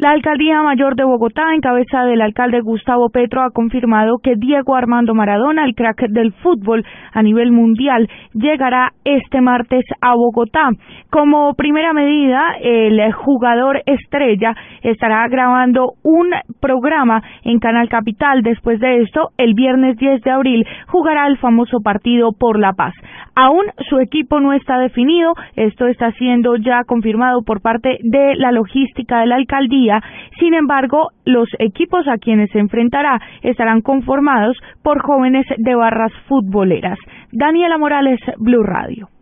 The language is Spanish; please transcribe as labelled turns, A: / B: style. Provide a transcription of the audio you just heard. A: La Alcaldía Mayor de Bogotá, en cabeza del alcalde Gustavo Petro, ha confirmado que Diego Armando Maradona, el crack del fútbol a nivel mundial, llegará este martes a Bogotá. Como primera medida, el jugador estrella estará grabando un programa en Canal Capital. Después de esto, el viernes 10 de abril, jugará el famoso partido por la paz. Aún su equipo no está definido. Esto está siendo ya confirmado por parte de la logística de la alcaldía. Sin embargo, los equipos a quienes se enfrentará estarán conformados por jóvenes de barras futboleras. Daniela Morales, Blue Radio.